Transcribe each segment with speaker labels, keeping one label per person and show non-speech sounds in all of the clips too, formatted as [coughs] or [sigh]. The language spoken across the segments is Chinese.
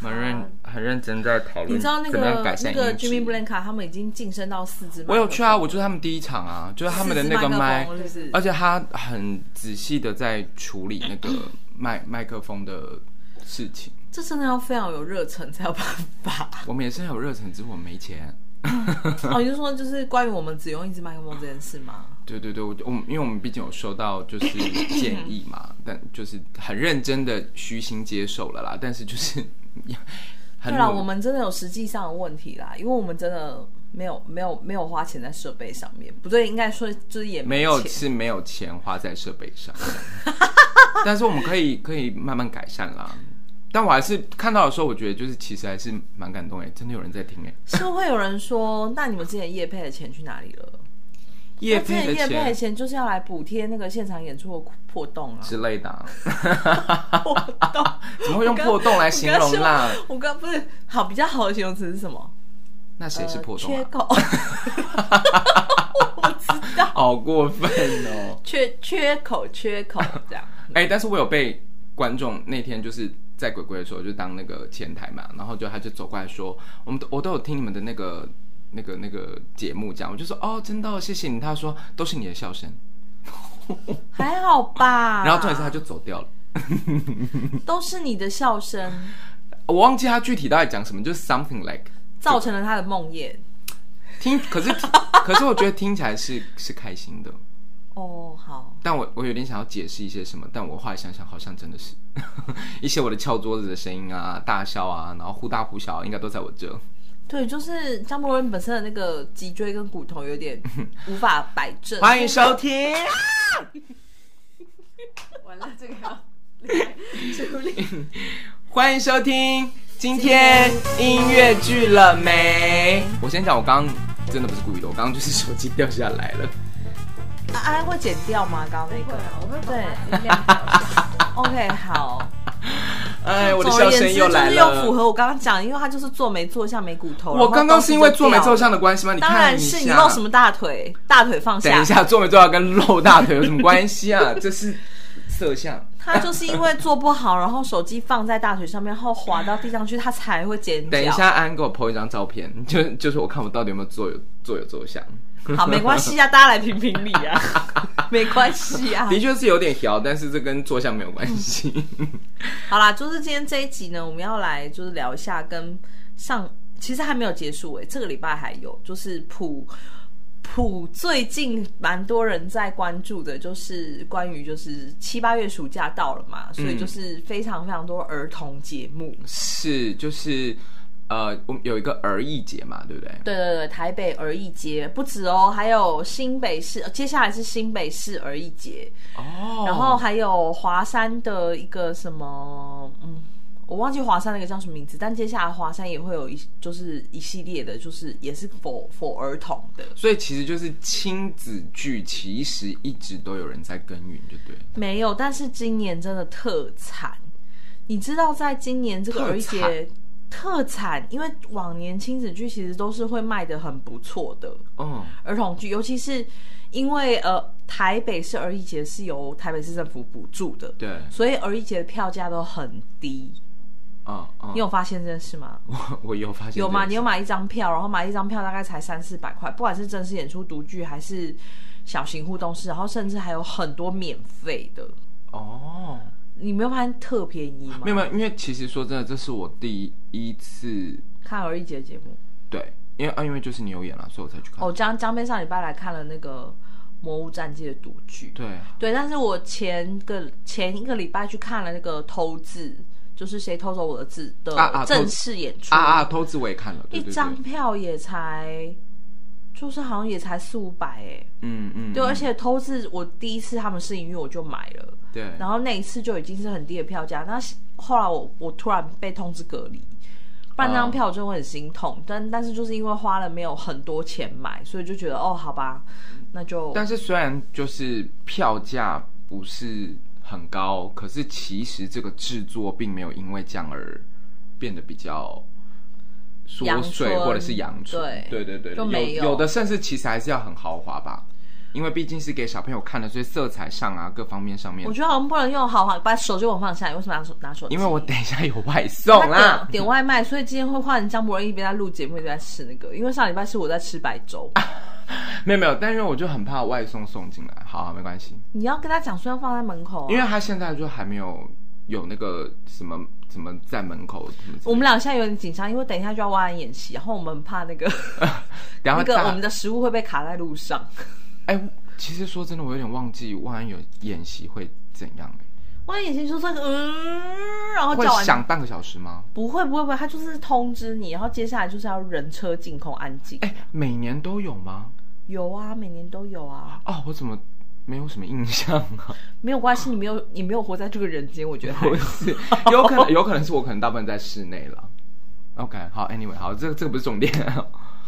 Speaker 1: 蛮认很认真在讨论，
Speaker 2: 你知道那
Speaker 1: 怎么样
Speaker 2: 个
Speaker 1: 改善
Speaker 2: 那个
Speaker 1: 音质
Speaker 2: Jimmy Blanca 他们已经晋升到四支麦克风，
Speaker 1: 我有去啊，我就是他们第一场啊，就是他们的那个麦啊
Speaker 2: 四支麦克风是不是，
Speaker 1: 而且他很仔细的在处理那
Speaker 2: [coughs]
Speaker 1: 个麦麦克风的事情。
Speaker 2: 这真的要非常有热忱才有办
Speaker 1: [laughs]
Speaker 2: 法。
Speaker 1: 我们也是很有热忱，只是我们没钱。
Speaker 2: 哦，你就说就是关于我们只用一支麦克风这件事吗？
Speaker 1: 对对对，我我们因为我们毕竟有收到就是建议
Speaker 2: [coughs]
Speaker 1: 嘛，但就是很认真的虚心接受了啦，但是就是 [laughs] 很
Speaker 2: 对啦，
Speaker 1: 努
Speaker 2: 我们真的有实际上的问题啦，因为我们真的没有没有没有花钱在设备上面，不对，应该说就是也
Speaker 1: 没有
Speaker 2: 钱。
Speaker 1: 是没有钱花在设备上， [laughs] 但是我们可以可以慢慢改善啦。但我还是看到的时候，我觉得就是其实还是蛮感动哎，真的有人在听哎。
Speaker 2: 是会有人说，那你们之前业配的钱去哪里了？
Speaker 1: 业
Speaker 2: 那之
Speaker 1: 配的
Speaker 2: 前业配的
Speaker 1: 钱
Speaker 2: 钱就是要来补贴那个现场演出的破洞啊，
Speaker 1: 之类的、啊，
Speaker 2: [laughs] 破洞。
Speaker 1: [laughs] 怎么会用破洞来形容啦？
Speaker 2: 我刚不是好比较好的形容词是什么？呃
Speaker 1: 那谁是破洞、
Speaker 2: 缺
Speaker 1: 啊？
Speaker 2: 口。我知道，
Speaker 1: 好过分哦！
Speaker 2: 缺缺口
Speaker 1: [laughs]
Speaker 2: 缺口这样。
Speaker 1: 哎、但是我有被观众那天就是在鬼鬼的时候，就当那个前台嘛，然后就他就走过来说，我们都我都有听你们的那个那个那个节目，这样我就说哦，真的哦、谢谢你。他说都是你的笑声，
Speaker 2: 还好吧。
Speaker 1: 然后重点是他就走掉了。
Speaker 2: 都是你的笑声
Speaker 1: 我忘记他具体到底讲什么，就是 something like
Speaker 2: 造成了他的梦魇。
Speaker 1: 听，可是可是我觉得听起来是是开心的，
Speaker 2: 哦，好，
Speaker 1: 但我我有点想要解释一些什么，但我后来想想，好像真的是 [laughs] 一些我的敲桌子的声音啊、大笑啊，然后忽大忽小，应该都在我这。
Speaker 2: 对，就是张伯伦本身的那个脊椎跟骨头
Speaker 1: [laughs]
Speaker 2: 有点无法摆正。
Speaker 1: 欢迎收听。
Speaker 3: 完了，这个要离开处理。
Speaker 1: 欢迎收听今天音乐剧了没？我先讲，我刚刚真的不是故意的，我刚刚就是手机掉下来了。
Speaker 2: 啊安会剪掉吗？刚刚那
Speaker 3: 会
Speaker 2: 个
Speaker 3: 啊，我会把
Speaker 2: 对
Speaker 3: 它音量调小。
Speaker 2: ，OK，好。
Speaker 1: 哎，我的
Speaker 2: 总而
Speaker 1: 笑
Speaker 2: 言
Speaker 1: 声
Speaker 2: 之，
Speaker 1: 又来
Speaker 2: 就是又符
Speaker 1: 了。
Speaker 2: 合我刚刚讲，因为他就是坐没坐下没骨头。然
Speaker 1: 我
Speaker 2: 后
Speaker 1: 刚刚
Speaker 2: 东西
Speaker 1: 是因为
Speaker 2: 就
Speaker 1: 做没
Speaker 2: 掉
Speaker 1: 做
Speaker 2: 了
Speaker 1: 相的关系吗？你
Speaker 2: 当
Speaker 1: 看
Speaker 2: 然
Speaker 1: 一
Speaker 2: 是
Speaker 1: 下，
Speaker 2: 你露什么大腿，大腿放下。
Speaker 1: 等一下，做没做到跟露大腿有什么关系
Speaker 2: [laughs]
Speaker 1: 啊？这是色相。
Speaker 2: 他就是因为做不好，然后手机放在大腿上面，然后滑到地上去，他才会尖叫。
Speaker 1: 等一，下，安给我 po 一张照片，就就是我看我到底有没有做有做有做相。
Speaker 2: 好，没关系啊，大家来评评理
Speaker 1: [laughs]
Speaker 2: 啊，没关系啊。
Speaker 1: 的确是有点调，但是这跟做相没有关
Speaker 2: [laughs]
Speaker 1: 系。
Speaker 2: 好啦，就是今天这一集呢，我们要来就是聊一下跟上，其实还没有结束诶、这个礼拜还有就是普普最近蛮多人在关注的，就是关于就是七八月暑假到了嘛，所以就是非常非常多儿童节目。
Speaker 1: 是，就是呃，我们有一个儿艺节嘛，对不对？
Speaker 2: 对对对，台北儿艺节不止哦，还有新北市，呃接下来是新北市儿艺节，
Speaker 1: 哦，
Speaker 2: 然后还有华山的一个什么，嗯，我忘记华山那个叫什么名字，但接下来华山也会有一就是一系列的，就是也是否否儿童的，
Speaker 1: 所以其实就是亲子剧，其实一直都有人在耕耘，就对了。
Speaker 2: 没有，但是今年真的特惨，你知道，在今年这个儿艺节特惨，因为往年亲子剧其实都是会卖的很不错的，
Speaker 1: 哦，
Speaker 2: 儿童剧，尤其是因为呃台北市儿艺节是由台北市政府补助的，
Speaker 1: 对，
Speaker 2: 所以儿艺节的票价都很低。
Speaker 1: 哦哦，
Speaker 2: 你有发现这件事吗？
Speaker 1: [laughs] 我我有发现
Speaker 2: 有吗？你有
Speaker 1: 有
Speaker 2: 买一张票，然后买一张票大概才三四百块，不管是正式演出、独剧还是小型互动式，然后甚至还有很多免费的。
Speaker 1: 哦，
Speaker 2: 你没有发现特便宜吗？
Speaker 1: 没有没有，因为其实说真的，这是我第一次
Speaker 2: 看儿艺节节目，
Speaker 1: 对，因为啊，因为就是你有演了，所以我才去看。
Speaker 2: 哦，江江边上礼拜来看了那个《魔物战记》的独剧，
Speaker 1: 对，
Speaker 2: 对，但是我前个前一个礼拜去看了那个偷字，就是谁偷走我的字的
Speaker 1: 啊啊偷
Speaker 2: 正式演出，
Speaker 1: 啊啊，偷字我也看了，对
Speaker 2: 一
Speaker 1: 对对，
Speaker 2: 张票也才，就是好像也才四五百哎，
Speaker 1: 嗯嗯，
Speaker 2: 对，
Speaker 1: 嗯
Speaker 2: 而且偷字我第一次他们试营运我就买了，
Speaker 1: 对，
Speaker 2: 然后那一次就已经是很低的票价，那后来我我突然被通知隔离。不然那张
Speaker 1: 哦
Speaker 2: 票我真的会很心痛，但但是就是因为花了没有很多钱买，所以就觉得哦，好吧，那就
Speaker 1: 但是虽然就是票价不是很高，可是其实这个制作并没有因为这样而变得比较缩
Speaker 2: 阳
Speaker 1: 水
Speaker 2: 春
Speaker 1: 或者是阳春。
Speaker 2: 对
Speaker 1: 对对对，
Speaker 2: 就没
Speaker 1: 有
Speaker 2: 有
Speaker 1: 的甚至其实还是要很豪华吧。因为毕竟是给小朋友看的，所以色彩上啊各方面上面
Speaker 2: 我，觉得好像不能用好好把手机我放下来，为什么拿手拿手机？
Speaker 1: 因为我等一下有外送
Speaker 2: 他
Speaker 1: 啦
Speaker 2: 点。点外卖，所以今天会换成张博仁一边在录节目一边在吃那个，因为上礼拜是我在吃白粥，
Speaker 1: 啊没有没有，但是我就很怕外送送进来。好、没关系，
Speaker 2: 你要跟他讲说要放在门口、啊，
Speaker 1: 因为他现在就还没有有那个什么什么在门口什么之类的。
Speaker 2: 我们俩现在有点紧张，因为等一下就要挖人演习，然后我们很怕那
Speaker 1: [laughs]
Speaker 2: 个 [laughs]
Speaker 1: 然后
Speaker 2: 那个
Speaker 1: 大
Speaker 2: 我们的食物会被卡在路上。
Speaker 1: 哎、其实说真的，我有点忘记万安有演习会怎样、欸，
Speaker 2: 挖人演习说这个，嗯，然后
Speaker 1: 会
Speaker 2: 叫完
Speaker 1: 想半个小时吗？
Speaker 2: 不会不会不会，他就是通知你，然后接下来就是要人车净空安静。
Speaker 1: 哎、每年都有吗？
Speaker 2: 有啊，每年都有啊，
Speaker 1: 啊、我怎么没有什么印象
Speaker 2: [laughs]
Speaker 1: 啊？
Speaker 2: 没有关系，你没有你没有活在这个人间，我觉得还
Speaker 1: 不 [laughs] 是，有可能，有可能是我可能大部分在室内了。OK，好，Anyway，好，这个这个不是重点。 [laughs]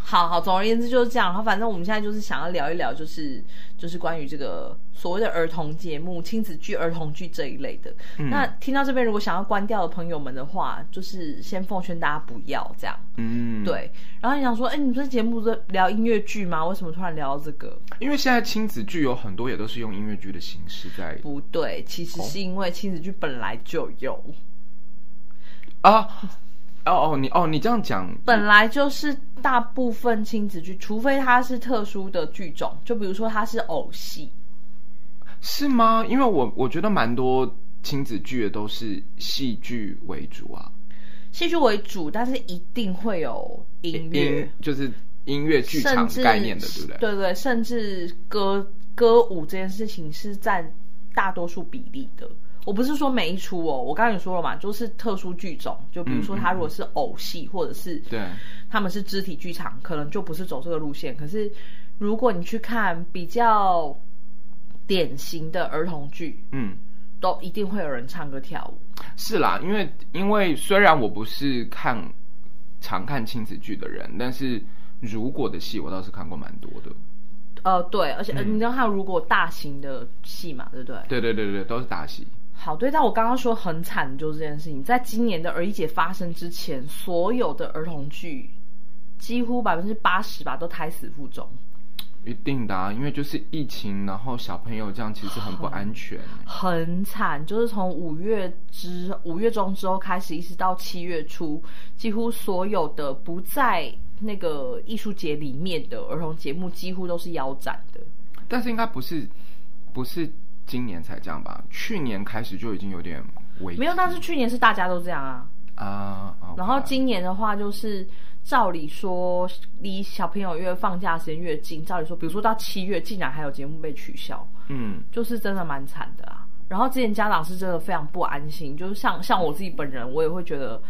Speaker 2: 好好，总而言之就是这样。然后反正我们现在就是想要聊一聊，就是就是关于这个所谓的儿童节目、亲子剧、儿童剧这一类的。那听到这边，如果想要关掉的朋友们的话，就是先奉劝大家不要这样。
Speaker 1: 嗯，，
Speaker 2: 对，然后你想说，哎、你们这节目不是聊音乐剧吗？为什么突然聊到这个？
Speaker 1: 因为现在亲子剧有很多也都是用音乐剧的形式在
Speaker 2: 不对，其实是因为亲子剧本来就有，
Speaker 1: 啊。哦哦，你哦，你这样讲，
Speaker 2: 本来就是大部分亲子剧，除非它是特殊的剧种，就比如说它是偶戏，
Speaker 1: 是吗？因为我我觉得蛮多亲子剧的都是戏剧为主啊，
Speaker 2: 戏剧为主，但是一定会有音乐
Speaker 1: 音，就是音乐剧
Speaker 2: 甚
Speaker 1: 场
Speaker 2: 至
Speaker 1: 概念的，对不对？
Speaker 2: 对对，甚至歌歌舞这件事情是占大多数比例的。我不是说每一出哦，我刚才也说了嘛，就是特殊剧种，就比如说
Speaker 1: 嗯嗯
Speaker 2: 它如果是偶戏，或者是
Speaker 1: 嗯对，
Speaker 2: 他们是肢体剧场，可能就不是走这个路线。可是如果你去看比较典型的儿童剧，
Speaker 1: 嗯，
Speaker 2: 都一定会有人唱歌跳舞。
Speaker 1: 是啦，因为因为虽然我不是看常看亲子剧的人，但是如果的戏我倒是看过蛮多的。
Speaker 2: 呃，对，而且、
Speaker 1: 嗯
Speaker 2: 呃你知道还有如果大型的戏嘛，对不对？
Speaker 1: 对对对对，都是打戏。
Speaker 2: 好，对，但我刚刚说很惨，就是这件事情，在今年的儿一节发生之前，所有的儿童剧几乎百分之八十吧都胎死腹中，
Speaker 1: 一定的、啊，因为就是疫情，然后小朋友这样其实很不安全。
Speaker 2: 很惨。就是从五月之五月中之后开始，一直到七月初，几乎所有的不在那个艺术节里面的儿童节目，几乎都是腰斩的。
Speaker 1: 但是应该不是不是今年才这样吧？去年开始就已经有点危
Speaker 2: 没有，但是去年是大家都这样啊。
Speaker 1: 啊。OK
Speaker 2: 然后今年的话，就是照理说，离小朋友越放假时间越近，照理说，比如说到七月，竟然还有节目被取消，
Speaker 1: 嗯，
Speaker 2: 就是真的蛮惨的啊。然后之前家长是真的非常不安心，就是像像我自己本人，我也会觉得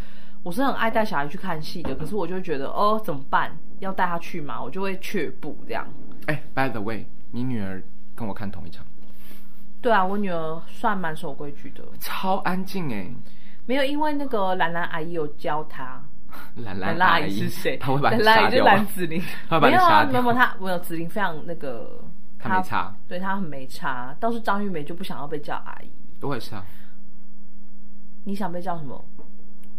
Speaker 2: 我是很爱带小孩去看戏的，可是我就会觉得哦怎么办？要带他去吗？我就会却步这样。
Speaker 1: 哎，By the way，你女儿跟我看同一场，
Speaker 2: 对啊，我女儿算蛮守规矩的，
Speaker 1: 超安静哎。
Speaker 2: 没有因为那个兰兰阿姨有教她，
Speaker 1: 兰
Speaker 2: 兰
Speaker 1: 兰
Speaker 2: 兰
Speaker 1: 阿
Speaker 2: 阿姨是谁？
Speaker 1: 她会把你
Speaker 2: 兰兰
Speaker 1: 杀
Speaker 2: 阿姨就
Speaker 1: 掉吗
Speaker 2: 蓝子玲，
Speaker 1: 她会把你
Speaker 2: 没有
Speaker 1: 杀
Speaker 2: 啊，
Speaker 1: 掉
Speaker 2: 没有没有她，没有子玲非常那个，
Speaker 1: 她没差，
Speaker 2: 对她很没差。倒是张玉梅就不想要被叫阿姨，
Speaker 1: 我也是啊，
Speaker 2: 你想被叫什么？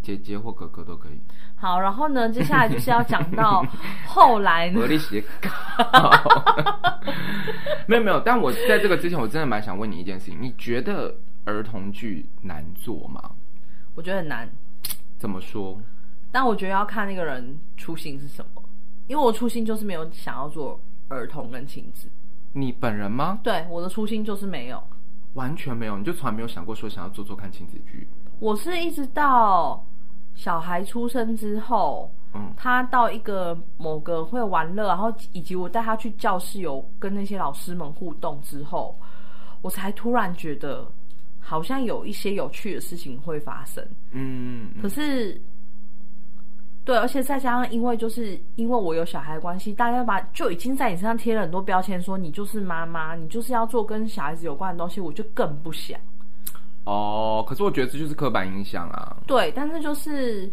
Speaker 1: 姐姐或哥哥都
Speaker 2: [laughs]
Speaker 1: 可以。
Speaker 2: 好，然后呢，接下来就是要讲
Speaker 1: [laughs]
Speaker 2: 到后来呢
Speaker 1: 我，的鞋哦 [laughs] 没有没有，但我在这个之前，我真的蛮想问你一件事情，你觉得儿童剧难做吗？
Speaker 2: 我觉得很难，
Speaker 1: 怎么说？
Speaker 2: 但我觉得要看那个人初心是什么，因为我初心就是没有想要做儿童跟亲子，
Speaker 1: 你本人吗？
Speaker 2: 对，我的初心就是没有。
Speaker 1: 完全没有，你就从来没有想过说想要做做看亲子剧。
Speaker 2: 我是一直到小孩出生之后，
Speaker 1: 嗯
Speaker 2: 他到一个某个会玩乐，然后以及我带他去教室有跟那些老师们互动之后，我才突然觉得好像有一些有趣的事情会发生。
Speaker 1: 嗯，
Speaker 2: 可是，对，而且再加上因为就是因为我有小孩的关系，大家把就已经在你身上贴了很多标签，说你就是妈妈，你就是要做跟小孩子有关的东西，我就更不想。
Speaker 1: 哦，可是我觉得这就是刻板印象啊。
Speaker 2: 对，但是就是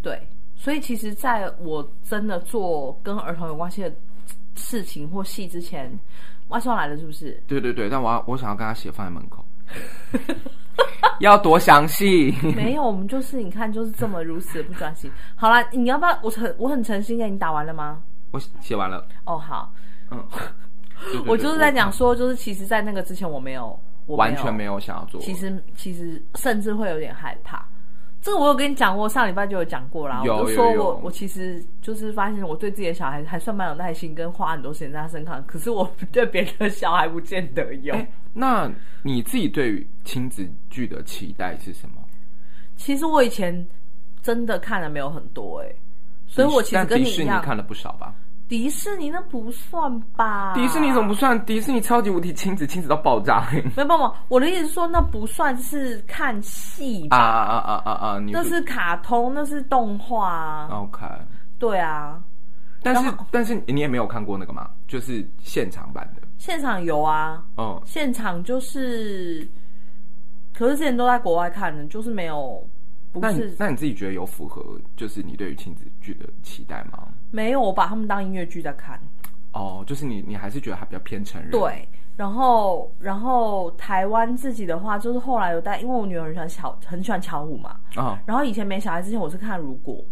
Speaker 2: 对，所以其实在我真的做跟儿童有关系的事情或戏之前，外送来了是
Speaker 1: [laughs]
Speaker 2: 不是？
Speaker 1: 对对对，但我要我想要跟他写放在
Speaker 2: [laughs]
Speaker 1: 门口，要多详细？
Speaker 2: 没有，我们就是你看就是这么如此的不专心。好啦，你要不要？我很我很诚心给你打完了吗？
Speaker 1: 我写完了，
Speaker 2: [laughs] 哦，好，
Speaker 1: 嗯，对对对
Speaker 2: 我就是在讲说，就是其实，在那个之前我没有，我
Speaker 1: 完全没有想要做。
Speaker 2: 其实其实甚至会有点害怕。这个我有跟你讲过，上礼拜就有讲过啦。
Speaker 1: 有
Speaker 2: 我就说
Speaker 1: 有有
Speaker 2: 我我其实就是发现我对自己的小孩还算蛮有耐心，跟花很多时间在他身上。可是我对别人的小孩不见得有。
Speaker 1: 哎，那你自己对于亲子剧的期待是什么？
Speaker 2: 其实我以前真的看的没有很多哎、所以我其实
Speaker 1: 但
Speaker 2: 跟你
Speaker 1: 迪士
Speaker 2: 一
Speaker 1: 尼
Speaker 2: 样，
Speaker 1: 看了不少吧？
Speaker 2: 迪士尼那不算吧？
Speaker 1: 迪士尼怎么不算？迪士尼超级无敌亲子，亲子到爆炸！ [laughs]
Speaker 2: 没办法，我的意思是说，那不算是看戏吧
Speaker 1: 啊啊啊啊啊！你
Speaker 2: 那是卡通，那是动画啊。
Speaker 1: OK，
Speaker 2: 对啊，
Speaker 1: 但
Speaker 2: 然
Speaker 1: 是
Speaker 2: 后
Speaker 1: 但是你也没有看过那个嘛，就是现场版的。
Speaker 2: 现场有啊，
Speaker 1: 哦，
Speaker 2: 现场就是，可是之前都在国外看的，就是没有，不
Speaker 1: 那你
Speaker 2: 是
Speaker 1: 那你自己觉得有符合就是你对于亲子剧的期待吗？
Speaker 2: 没有，我把他们当音乐剧在看。
Speaker 1: 哦，就是你你还是觉得它比较偏成人。
Speaker 2: 对，然后然后台湾自己的话，就是后来有带，因为我女儿很喜欢小很喜欢巧虎嘛，
Speaker 1: 哦
Speaker 2: 然后以前没小孩之前，我是看如果。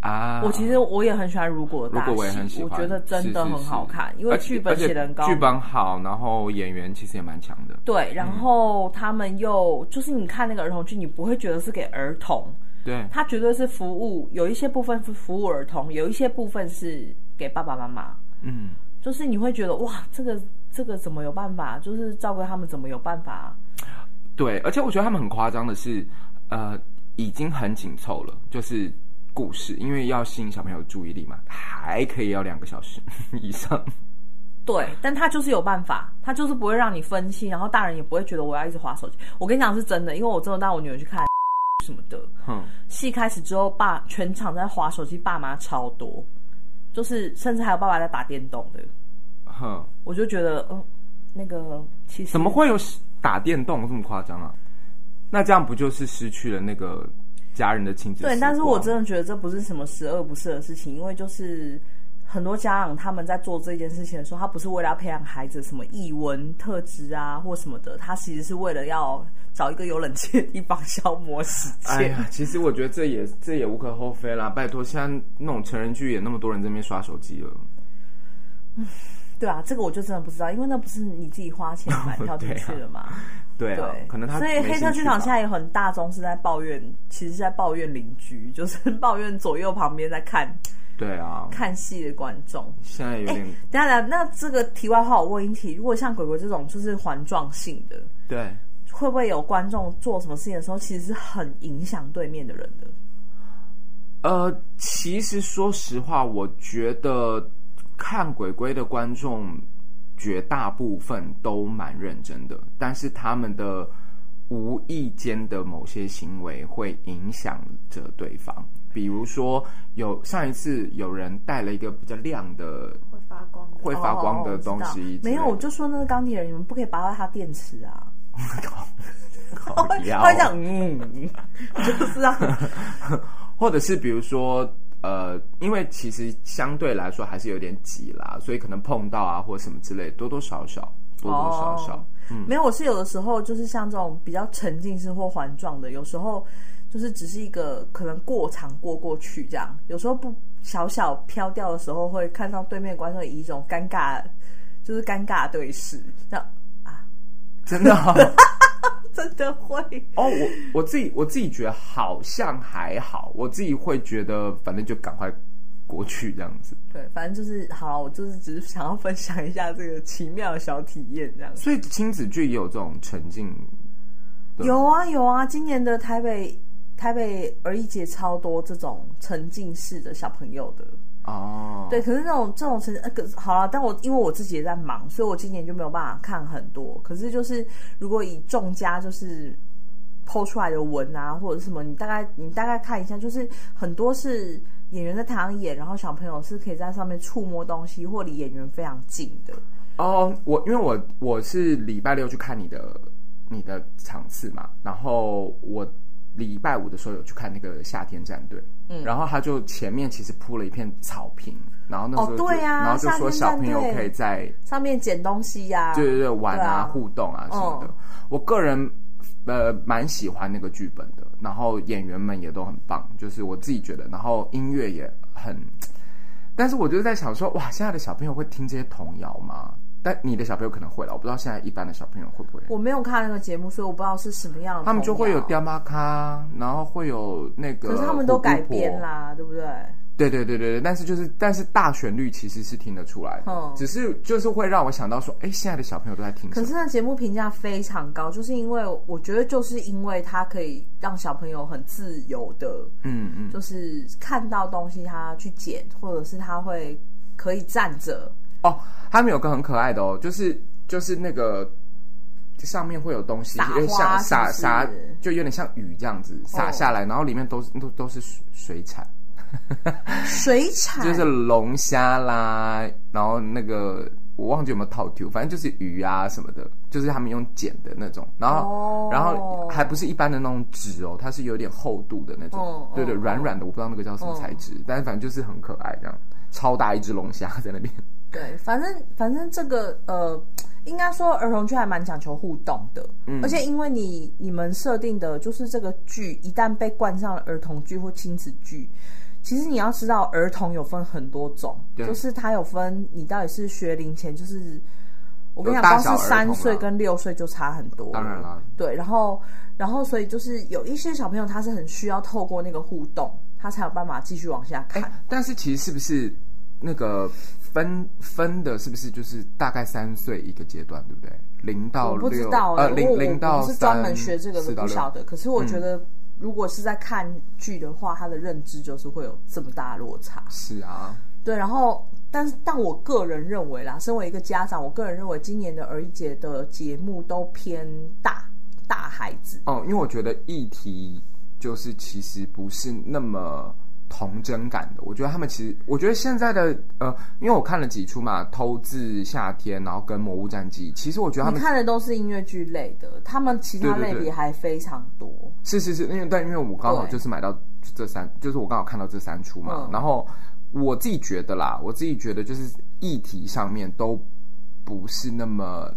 Speaker 1: 啊，
Speaker 2: 我其实我也很喜欢《如果》的
Speaker 1: 如
Speaker 2: 大
Speaker 1: 果
Speaker 2: 戏，
Speaker 1: 我也很喜欢，
Speaker 2: 觉得真的
Speaker 1: 是是
Speaker 2: 很
Speaker 1: 是
Speaker 2: 好看，因为
Speaker 1: 而且
Speaker 2: 剧本写的很高
Speaker 1: 而且剧本嗯好，然后演员其实也蛮强的。
Speaker 2: 对，然后他们又、就是你看那个儿童剧，你不会觉得是给儿童，
Speaker 1: 对，
Speaker 2: 它绝对是服务，有一些部分是服务儿童，有一些部分是给爸爸妈妈，
Speaker 1: 嗯，
Speaker 2: 就是你会觉得哇，这个这个怎么有办法？就是照顾他们怎么有办法、
Speaker 1: 对，而且我觉得他们很夸张的是，呃，已经很紧凑了，就是故事，因为要吸引小朋友注意力嘛，还可以要两个小时以上。
Speaker 2: 对，但他就是有办法，他就是不会让你分心，然后大人也不会觉得我要一直划手机。我跟你讲是真的，因为我真的带我女儿去看 [laughs] 什么的，
Speaker 1: 哼，
Speaker 2: 戏开始之后，爸全场在划手机，爸妈超多，就是甚至还有爸爸在打电动的。
Speaker 1: 哼，
Speaker 2: 我就觉得，嗯，那个其实
Speaker 1: 怎么会有打电动这么夸张啊？那这样不就是失去了那个家人的亲子时光？
Speaker 2: 对？但是我真的觉得这不是什么十恶不赦的事情，因为就是很多家长他们在做这件事情的时候，他不是为了要培养孩子什么艺文特质啊或什么的，他其实是为了要找一个有冷气的地方消磨时
Speaker 1: 哎
Speaker 2: 间。
Speaker 1: 呀，其实我觉得这也这也无可厚非啦。拜托，现在那种成人剧也那么多人在那边刷手机了，
Speaker 2: 对啊，这个我就真的不知道，因为那不是你自己花钱买
Speaker 1: [laughs]
Speaker 2: 票进去的嘛。
Speaker 1: 啊对啊，
Speaker 2: 对，
Speaker 1: 可能他
Speaker 2: 所以
Speaker 1: 没
Speaker 2: 黑
Speaker 1: 兴
Speaker 2: 特
Speaker 1: 趣
Speaker 2: 剧场
Speaker 1: 吧
Speaker 2: 现在有很大宗是在抱怨，其实是在抱怨邻居，就是 [laughs] 抱怨左右旁边在看
Speaker 1: 对啊，
Speaker 2: 看哎戏的观众。
Speaker 1: 现在有点、
Speaker 2: 当然，那这个题外话，我问一题：如果像鬼鬼这种就是环状性的，
Speaker 1: 对。
Speaker 2: 会不会有观众做什么事情的时候，其实是很影响对面的人的？
Speaker 1: 呃，其实说实话，我觉得看鬼鬼的观众绝大部分都蛮认真的，但是他们的无意间的某些行为会影响着对方。比如说，有上一次有人带了一个比较亮的、
Speaker 3: 会发光的。
Speaker 1: 会发光
Speaker 2: 哦
Speaker 1: 的
Speaker 2: 我知
Speaker 1: 东
Speaker 2: 道
Speaker 1: 西之类的、
Speaker 2: 没有，我就说那个钢铁人，你们不可以拔到他电池啊！
Speaker 1: 靠
Speaker 2: [laughs] 他会
Speaker 1: 腰
Speaker 2: 他会讲，嗯， [laughs] 就是啊，
Speaker 1: 或者是比如说，呃，因为其实相对来说还是有点挤啦，所以可能碰到啊或什么之类，多多少少，多多少少，
Speaker 2: 哦没有，我是有的时候就是像这种比较沉浸式或环状的，有时候就是只是一个可能过场过过去这样，有时候不小小飘掉的时候，会看到对面观众以一种尴尬，就是尴尬对视，这样 [laughs]
Speaker 1: 真的哦、 [laughs]
Speaker 2: 真的会。
Speaker 1: 哦，我我自己我自己觉得好像还好，我自己会觉得反正就赶快过去这样子。
Speaker 2: 对，反正就是好了，我就是只是想要分享一下这个奇妙的小体验这样子。
Speaker 1: 所以亲子剧也有这种沉浸对
Speaker 2: 有啊有啊，今年的台北台北儿艺节超多这种沉浸式的小朋友的。
Speaker 1: 哦，
Speaker 2: 对，，可是那种这种成呃，可是好了，但我因为我自己也在忙，所以我今年就没有办法看很多。可是就是如果以众家就是剖出来的文啊，或者什么，你大概你大概看一下，就是很多是演员在台上演，然后小朋友是可以在上面触摸东西，或离演员非常近的。
Speaker 1: 哦，我因为我我是礼拜六去看你的你的场次嘛，然后我礼拜五的时候有去看那个夏天战队，嗯，然后他就前面其实铺了一片草坪，然后那时候
Speaker 2: 哦
Speaker 1: 就、
Speaker 2: 对啊
Speaker 1: 然后就说小
Speaker 2: 夏
Speaker 1: 朋
Speaker 2: 天战队
Speaker 1: 友可以在
Speaker 2: 上面捡东西呀、
Speaker 1: 对对对玩啊
Speaker 2: 对
Speaker 1: 互动啊什么的，
Speaker 2: 嗯
Speaker 1: 我个人。呃，蛮喜欢那个剧本的，然后演员们也都很棒，就是我自己觉得，然后音乐也很，但是我就在想说，哇，现在的小朋友会听这些童谣吗？但你的小朋友可能会了，我不知道现在一般的小朋友会不会。
Speaker 2: 我没有看那个节目，所以我不知道是什么样的。啊
Speaker 1: 他们就会有，掉妈咖，然后会有那个。
Speaker 2: 可是他们都改编
Speaker 1: 编。
Speaker 2: 啦，对不对？
Speaker 1: 对对对对对，但是就是，但是大旋律其实是听得出来的，
Speaker 2: 嗯
Speaker 1: 只是就是会让我想到说，哎，现在的小朋友都在听什
Speaker 2: 可
Speaker 1: 么？
Speaker 2: 是那节目评价非常高，就是因为我觉得就是因为它可以让小朋友很自由的，
Speaker 1: 嗯嗯，
Speaker 2: 就是看到东西他去捡，或者是他会可以站着，
Speaker 1: 哦，他们有个很可爱的哦，就是就是那个上面会有东西，
Speaker 2: 撒
Speaker 1: 有点像
Speaker 2: 花是不哦
Speaker 1: 撒
Speaker 2: 是
Speaker 1: 撒，就有点像雨这样子撒下来，然后里面都是都都是水水产，
Speaker 2: 水产
Speaker 1: 就是龙虾啦，然后那个我忘记有没有套丢，反正就是鱼啊什么的，就是他们用剪的那种，然后、
Speaker 2: 哦
Speaker 1: 然后还不是一般的那种纸哦，它是有点厚度的那种，
Speaker 2: 嗯
Speaker 1: 对对，
Speaker 2: 嗯
Speaker 1: 软软的，我不知道那个叫什
Speaker 2: 哦
Speaker 1: 么材质，但是反正就是很可爱这样，超大一只龙虾在那边，
Speaker 2: 对，反正反正这个呃，应该说儿童剧还蛮讲求互动的，
Speaker 1: 嗯
Speaker 2: 而且因为你你们设定的就是这个剧一旦被冠上了儿童剧或亲子剧。其实你要知道，儿童有分很多种，
Speaker 1: 对
Speaker 2: 就是它有分你到底是学龄前，就是我跟你
Speaker 1: 有
Speaker 2: 讲，
Speaker 1: 大
Speaker 2: 光
Speaker 1: 小儿
Speaker 2: 是
Speaker 1: 童
Speaker 2: 三
Speaker 1: 啦
Speaker 2: 岁跟六岁就差很多。
Speaker 1: 当然啦，
Speaker 2: 对，然后然后所以就是有一些小朋友他是很需要透过那个互动，他才有办法继续往下看。
Speaker 1: 哎，但是其实是不是那个分分的，是不是就是大概三岁一个阶段，对不对？零到
Speaker 2: 我不知
Speaker 1: 六，
Speaker 2: 道、欸，
Speaker 1: 呃，
Speaker 2: 我
Speaker 1: 零
Speaker 2: 我
Speaker 1: 零到
Speaker 2: 我不是
Speaker 1: 三
Speaker 2: 专门学这个
Speaker 1: 四
Speaker 2: 的，
Speaker 1: 到
Speaker 2: 不
Speaker 1: 六嗯
Speaker 2: 晓得。可是我觉得，如果是在看剧的话，他的认知就是会有这么大的落差。
Speaker 1: 是啊，
Speaker 2: 对，然后，但是，但我个人认为啦，身为一个家长，我个人认为今年的儿一节的节目都偏大大孩子。
Speaker 1: 哦，因为我觉得议题就是其实不是那么童真感的。我觉得他们其实，我觉得现在的呃，因为我看了几出嘛，《偷自夏天》，然后跟《魔物战记》，其实我觉得他
Speaker 2: 你
Speaker 1: 们
Speaker 2: 看的都是音乐剧类的，他们其他
Speaker 1: 对对
Speaker 2: 类
Speaker 1: 对
Speaker 2: 别还非常多。
Speaker 1: 是是是，因为但因为我刚好
Speaker 2: 对
Speaker 1: 就是买到这三，就是我刚好看到这三出嘛，
Speaker 2: 嗯
Speaker 1: 然后我自己觉得啦，我自己觉得就是议题上面都不是那么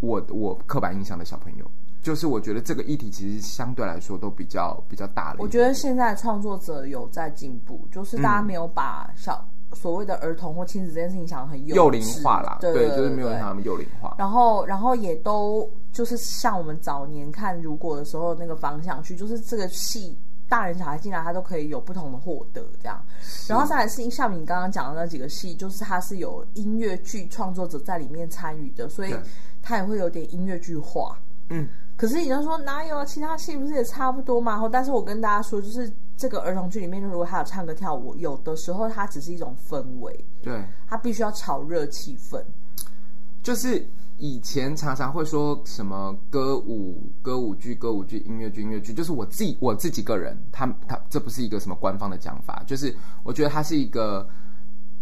Speaker 1: 我我刻板印象的小朋友，就是我觉得这个议题其实相对来说都比较比较大了一点。
Speaker 2: 我觉得现在创作者有在进步，就是大家
Speaker 1: 嗯
Speaker 2: 没有把小、所谓的儿童或亲子这件事情想得很幼
Speaker 1: 幼龄
Speaker 2: 稚
Speaker 1: 化啦，
Speaker 2: 对对，
Speaker 1: 就是没有
Speaker 2: 对
Speaker 1: 让他们幼龄化。
Speaker 2: 然后，然后也都就是像我们早年看《如果》的时候那个方向去，就是这个戏大人小孩进来，他都可以有不同的获得这样。然后再来是像你刚刚讲的那几个戏，就是它是有音乐剧创作者在里面参与的，所以
Speaker 1: 对
Speaker 2: 它也会有点音乐剧化。
Speaker 1: 嗯，
Speaker 2: 可是你就说哪有啊？其他戏不是也差不多嘛？然后，但是我跟大家说，就是这个儿童剧里面，如果他有唱歌跳舞，有的时候它只是一种氛围，
Speaker 1: 对，
Speaker 2: 它必须要炒热气氛。
Speaker 1: 就是以前常常会说什么歌舞歌舞剧、歌舞剧、音乐剧、音乐剧，就是我自己我自己个人，他他这不是一个什么官方的讲法，就是我觉得它是一个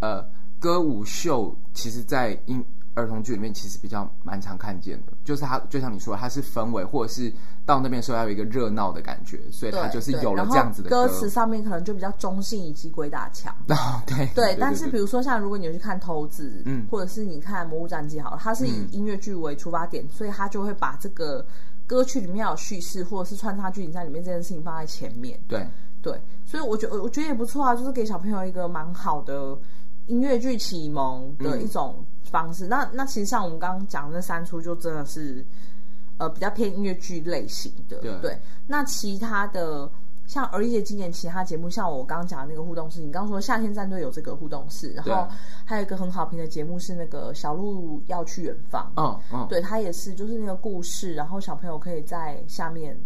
Speaker 1: 呃歌舞秀，其实在音儿童剧里面其实比较蛮常看见的，就是它就像你说，它是氛围，或者是到那边的时候要有一个热闹的感觉，所以
Speaker 2: 对，
Speaker 1: 它就是
Speaker 2: 对
Speaker 1: 有了
Speaker 2: 然
Speaker 1: 这
Speaker 2: 后
Speaker 1: 样子的
Speaker 2: 歌词。上面可能就比较中性以及鬼打墙。
Speaker 1: [laughs] 哦，对
Speaker 2: 对，但是
Speaker 1: 对
Speaker 2: 比如说像如果你有去看《偷子》，
Speaker 1: 嗯
Speaker 2: 或者是你看《魔物战记》好了，它是以音乐剧为出发点，所以它就会把这个歌曲里面要有叙事或者是穿插剧情在里面这件事情放在前面。
Speaker 1: 对，
Speaker 2: 对，所以我觉得我觉得也不错啊，就是给小朋友一个蛮好的音乐剧启蒙的
Speaker 1: 嗯
Speaker 2: 一种方式。那那其实像我们刚刚讲的那三出，就真的是呃比较偏音乐剧类型的。
Speaker 1: 对
Speaker 2: 那其他的像儿一节今年其他节目，像我刚刚讲的那个互动式，你刚刚说夏天战队有这个互动式，然
Speaker 1: 对
Speaker 2: 后还有一个很好评的节目是那个小鹿要去远方。
Speaker 1: 嗯嗯，
Speaker 2: 对，它也是，就是那个故事，然后小朋友可以在下面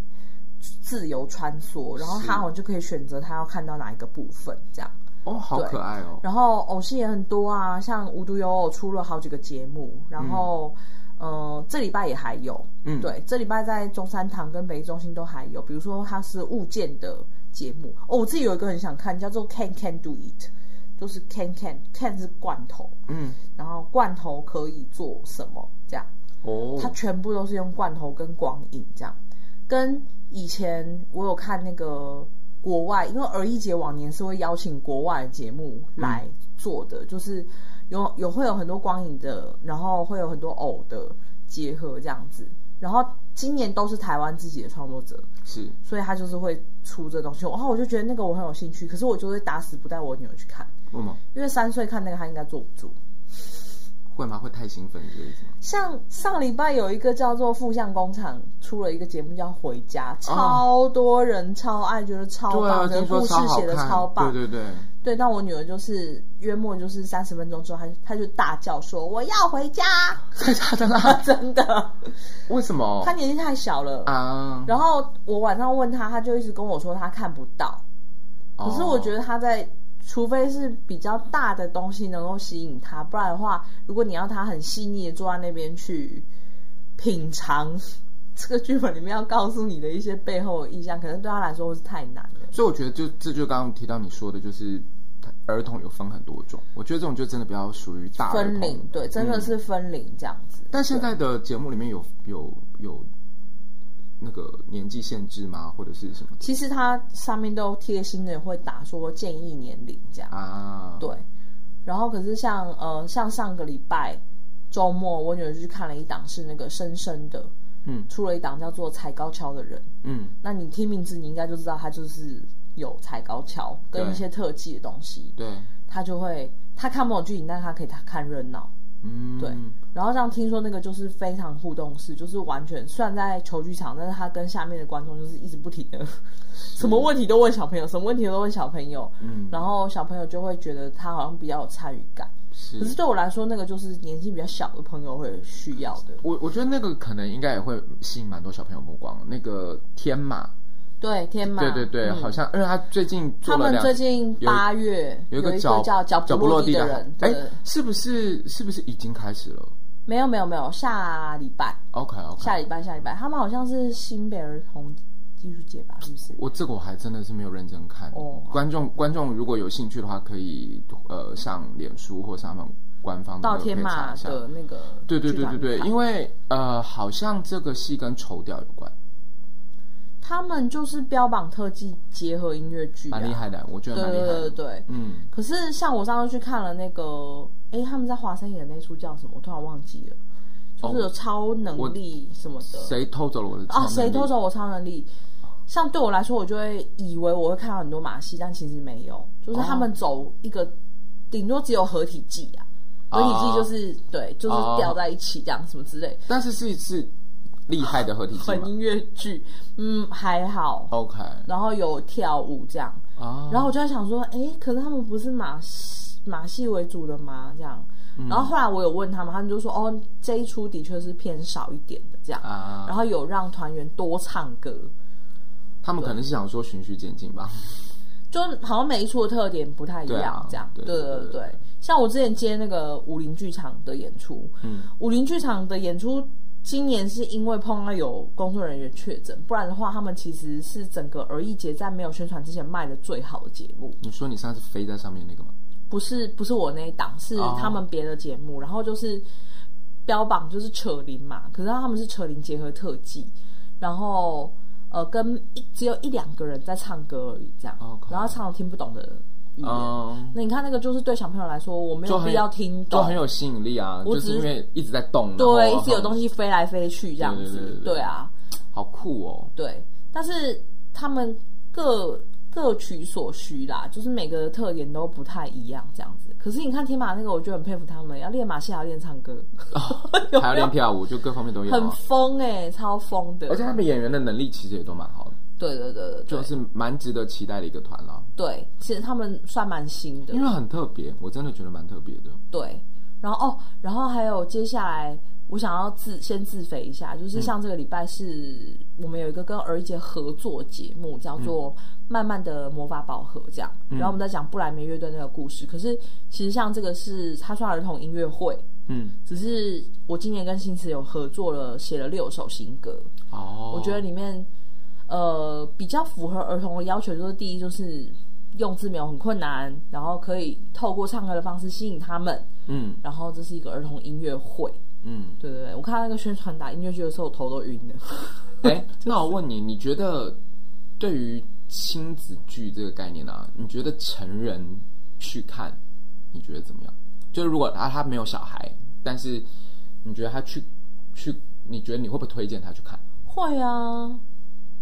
Speaker 2: 自由穿梭，然后他好像就可以选择他要看到哪一个部分这样。
Speaker 1: 哦，好
Speaker 2: 对
Speaker 1: 可爱哦。
Speaker 2: 然后偶戏也很多啊，像无独有偶出了好几个节目，然后、呃这礼拜也还有，
Speaker 1: 嗯
Speaker 2: 对，这礼拜在中山堂跟北艺中心都还有，比如说它是物件的节目哦，我自己有一个很想看，叫做 Can Can Do It，就是 Can Can Can 是罐头，
Speaker 1: 嗯，
Speaker 2: 然后罐头可以做什么这样。
Speaker 1: 哦，
Speaker 2: 它全部都是用罐头跟光影这样。跟以前我有看那个国外，因为儿一节往年是会邀请国外的节目来做的，就是有有会有很多光影的，然后会有很多偶的结合这样子。然后今年都是台湾自己的创作者，
Speaker 1: 是
Speaker 2: 所以他就是会出这东西。然后我就觉得那个我很有兴趣，可
Speaker 1: 嗯
Speaker 2: 是我就会打死不带我女儿去看，
Speaker 1: 为什么？
Speaker 2: 因为三岁看那个她应该坐不住。
Speaker 1: 会吗？会太兴奋之类的吗？
Speaker 2: 像上礼拜有一个叫做《富相工厂》出了一个节目叫《回家》，超多人超爱，觉得超
Speaker 1: 哦对啊，
Speaker 2: 棒，的
Speaker 1: 听说
Speaker 2: 故事
Speaker 1: 超好
Speaker 2: 写的
Speaker 1: 看，
Speaker 2: 超棒。
Speaker 1: 对对
Speaker 2: [laughs]
Speaker 1: 对，
Speaker 2: 对，但我女儿就是约莫就是三十分钟之后，她就她就大叫说：“我要回家 [laughs]
Speaker 1: 太大的！”啦，
Speaker 2: 真的，
Speaker 1: 为什么
Speaker 2: 她年纪太小了。
Speaker 1: 哦啊？
Speaker 2: 然后我晚上问她，她就一直跟我说她看不到。可是我觉
Speaker 1: 哦
Speaker 2: 得他在，除非是比较大的东西能够吸引他，不然的话，如果你要他很细腻的坐在那边去品尝这个剧本里面要告诉你的一些背后的意象，可能对他来说是太难了。
Speaker 1: 所以我觉得就这就刚刚提到你说的，就是儿童有分很多种，我觉得这种就真的比较属于大儿童
Speaker 2: 分龄，对，真的是分龄这样子。
Speaker 1: 但现在的节目里面有有有那个年纪限制吗？或者是什么
Speaker 2: 其实它上面都贴心的会打说建议年龄这样。
Speaker 1: 啊？
Speaker 2: 对，然后可是像呃像上个礼拜周末，我女儿就去看了一档是那个深深的，
Speaker 1: 嗯
Speaker 2: 出了一档叫做《踩高跷的人》。
Speaker 1: 嗯，
Speaker 2: 那你听名字，你应该就知道他就是有踩高跷跟
Speaker 1: 对
Speaker 2: 一些特技的东西，
Speaker 1: 对，
Speaker 2: 他就会他看不懂剧情，但他可以看热闹。
Speaker 1: 嗯，
Speaker 2: 对，然后这样听说那个就是非常互动式，就是完全虽然在球剧场，但是他跟下面的观众就是一直不停的， [laughs] 什么问题都问小朋友，什么问题都问小朋友，
Speaker 1: 嗯，
Speaker 2: 然后小朋友就会觉得他好像比较有参与感。
Speaker 1: 是
Speaker 2: 可是对我来说，那个就是年纪比较小的朋友会需要的。
Speaker 1: 我我觉得那个可能应该也会吸引蛮多小朋友目光。那个天马，
Speaker 2: 对，天马，
Speaker 1: 对对对，
Speaker 2: 嗯
Speaker 1: 好像，因为他最近做
Speaker 2: 他
Speaker 1: 了
Speaker 2: 们
Speaker 1: 两
Speaker 2: 最近
Speaker 1: 有
Speaker 2: 八月
Speaker 1: 有一
Speaker 2: 个
Speaker 1: 个脚
Speaker 2: 叫脚
Speaker 1: 脚
Speaker 2: 落
Speaker 1: 落
Speaker 2: 地
Speaker 1: 的
Speaker 2: 人，
Speaker 1: 哎
Speaker 2: 对，，
Speaker 1: 是不是是不是已经开始了
Speaker 2: 没有没有没有，下礼拜
Speaker 1: ？OK OK，
Speaker 2: 下礼拜下礼拜，他们好像是新北儿童艺术节吧，是不是？
Speaker 1: 我这个我还真的是没有认真看。
Speaker 2: 哦
Speaker 1: 观众观众如果有兴趣的话，可以呃上脸书或上他们官方的
Speaker 2: 到
Speaker 1: 那个
Speaker 2: 天
Speaker 1: 可以查
Speaker 2: 马
Speaker 1: 一下。
Speaker 2: 的那个
Speaker 1: 对对
Speaker 2: 剧
Speaker 1: 对
Speaker 2: 团
Speaker 1: 对对，
Speaker 2: 看
Speaker 1: 因为呃好像这个戏跟丑调有关，
Speaker 2: 他们就是标榜特技结合音乐剧、啊，
Speaker 1: 蛮厉害的，我觉
Speaker 2: 对。
Speaker 1: 得蛮厉
Speaker 2: 对
Speaker 1: 害
Speaker 2: 对
Speaker 1: 的。
Speaker 2: 对对，
Speaker 1: 嗯，
Speaker 2: 可是像我上次去看了那个，哎，他们在华山演的那出叫什么？我突然忘记了，就是有超能力什么的。
Speaker 1: 哦谁偷走了我的超
Speaker 2: 啊，
Speaker 1: 能力
Speaker 2: 谁偷？走我超能力？像对我来说，我就会以为我会看到很多马戏，但其实没有，就是他们走一个，顶多只有合体技啊，合
Speaker 1: 哦
Speaker 2: 体技就是、对，就是
Speaker 1: 哦
Speaker 2: 吊在一起这样什么之类，
Speaker 1: 但是是是厉害的合体技
Speaker 2: 很
Speaker 1: 嘛
Speaker 2: 音乐剧，嗯，还好，
Speaker 1: ？OK
Speaker 2: 然后有跳舞这样，
Speaker 1: 啊，
Speaker 2: 然后我就在想说，诶，可是他们不是马戏马戏为主的吗？这样，
Speaker 1: 嗯
Speaker 2: 然后后来我有问他们，他们就说，哦，这一出的确是偏少一点的这样，
Speaker 1: 啊，
Speaker 2: 然后有让团员多唱歌，
Speaker 1: 他们可能是想说循序渐进吧。
Speaker 2: 就好像每一出的特点不太一
Speaker 1: 对
Speaker 2: 样
Speaker 1: 啊，
Speaker 2: 这样，
Speaker 1: 对
Speaker 2: 对
Speaker 1: 对对对
Speaker 2: 对。像我之前接那个武林剧场的演出，
Speaker 1: 嗯，
Speaker 2: 武林剧场的演出今年是因为碰到有工作人员确诊，不然的话，他们其实是整个儿艺节在没有宣传之前卖的最好的节目，
Speaker 1: 你说你上次飞在上面那个吗？
Speaker 2: 不是不是我那一档，是
Speaker 1: 哦
Speaker 2: 他们别的节目，然后就是标榜就是扯铃嘛，可是他们是扯铃结合特技，然后呃跟一只有一两个人在唱歌而已这样
Speaker 1: OK
Speaker 2: 然后唱听不懂的语言。
Speaker 1: 哦
Speaker 2: 那你看那个就是对小朋友来说，我没有
Speaker 1: 就很
Speaker 2: 必要听
Speaker 1: 都
Speaker 2: 懂，
Speaker 1: 很有吸引力啊，
Speaker 2: 我
Speaker 1: 就
Speaker 2: 只是
Speaker 1: 是因为一直在动，
Speaker 2: 对，一直
Speaker 1: 直
Speaker 2: 有东，西飞来飞去这样
Speaker 1: 对
Speaker 2: 子，
Speaker 1: 对对对对
Speaker 2: 啊，
Speaker 1: 好酷
Speaker 2: [laughs]
Speaker 1: 哦，
Speaker 2: 对，但是他们各各取所需啦，就是每个的特点都不太一样，这样子。可是你看天马那个，我就很佩服他们，要练马戏，还要练唱歌， [laughs] 有
Speaker 1: 哦还要
Speaker 2: 没有
Speaker 1: 练跳舞，就各方面都有
Speaker 2: 很
Speaker 1: 啊。
Speaker 2: 疯哎、超疯的。
Speaker 1: 而且他们演员的能力其实也都蛮好的，
Speaker 2: 对对对对，对
Speaker 1: 就是蛮值得期待的一个团啦。
Speaker 2: 对，其实他们算蛮新的
Speaker 1: 因，为很特别，我真的觉得蛮特别的。
Speaker 2: 对。然后哦，然后还有接下来。我想要自先自肥一下，就是像这个礼拜是、我们有一个跟儿姐合作节目，叫做《慢慢的魔法宝盒》这样。然后我们在讲布莱梅乐队那个故事，可是其实像这个是它算儿童音乐会，
Speaker 1: 嗯，
Speaker 2: 只是我今年跟新词有合作了，写了六首新歌。
Speaker 1: 哦，
Speaker 2: 我觉得里面呃比较符合儿童的要求，就是第一就是用字没有很困难，然后可以透过唱歌的方式吸引他们，
Speaker 1: 嗯
Speaker 2: 然后这是一个儿童音乐会。
Speaker 1: 嗯，
Speaker 2: 对对对，我看到那个宣传打音乐剧的时候，我头都晕了。 [laughs]
Speaker 1: 哎，那我问你，你觉得对于亲子剧这个概念啊，你觉得成人去看，你觉得怎么样？就是如果啊他他没有小孩，但是你觉得他去去，你觉得你会不会推荐他去看？
Speaker 2: 会啊，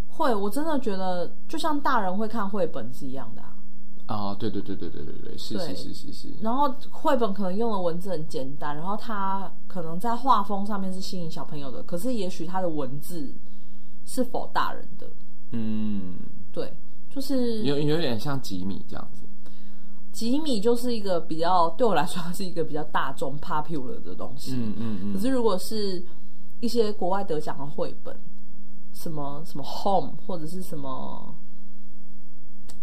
Speaker 2: 会，我真的觉得就像大人会看绘本是一样的、啊。
Speaker 1: 哦，对对对对对对对，是
Speaker 2: 对
Speaker 1: 是是是是，
Speaker 2: 然后绘本可能用的文字很简单，然后它可能在画风上面是吸引小朋友的，可是也许它的文字是否大人的，
Speaker 1: 嗯，
Speaker 2: 对，就是
Speaker 1: 有有点像吉米这样子，
Speaker 2: 吉米就是一个比较对我来说它是一个比较大众 popular 的东西，
Speaker 1: 嗯嗯嗯，
Speaker 2: 可是如果是一些国外得奖的绘本，什么什么 Home 或者是什么，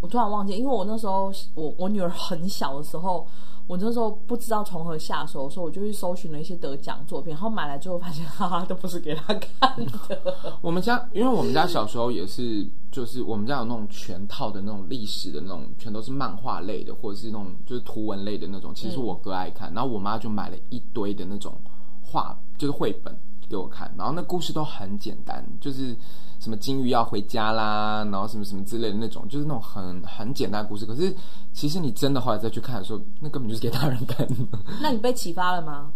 Speaker 2: 我突然忘记，因为我那时候我我女儿很小的时候，我那时候不知道从何下手，所以我就去搜寻了一些得奖作品，然后买来之后发现，哈哈，都不是给她看的。
Speaker 1: 我们家，因为我们家小时候也是，就是我们家有那种全套的那种历史的那种，全都是漫画类的，或者是那种就是图文类的那种。其实我哥爱看，然后我妈就买了一堆的那种画，就是绘本给我看，然后那故事都很简单，就是什么金鱼要回家啦，然后什么什么之类的那种，就是那种很很简单的故事。可是其实你真的后来再去看的时候，那根本就是给大人看的。
Speaker 2: [laughs]
Speaker 1: [laughs]
Speaker 2: 那你被启发了吗？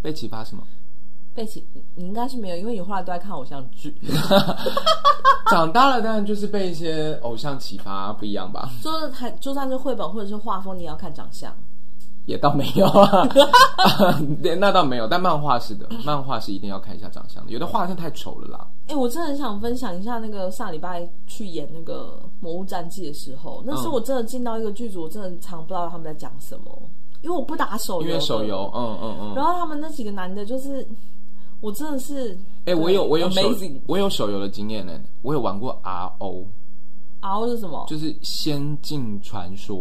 Speaker 1: 被启发什么？
Speaker 2: 被启，你应该是没有，因为你后来都在看偶像剧，
Speaker 1: 长大了当然就是被一些偶像启发，不一样吧。
Speaker 2: 就是它就算是绘本或者是画风，你也要看长相。
Speaker 1: 也倒没有啊， [laughs] 对那倒没有，但漫画是的，漫画是一定要看一下长相的，有的画像太丑了啦。
Speaker 2: 哎、我真的很想分享一下那个上礼拜去演那个《魔物战记》的时候，那时
Speaker 1: 嗯
Speaker 2: 候我真的进到一个剧组，我真的常不知道他们在讲什么，因为我不打手游，
Speaker 1: 因为手。游，嗯嗯嗯。
Speaker 2: 然后他们那几个男的，就是我真的是，
Speaker 1: 哎、我有我有手
Speaker 2: amazing，
Speaker 1: 我有手游的经验呢，我有玩过 RO，
Speaker 2: 熬是什么？
Speaker 1: 就是《仙境传说》，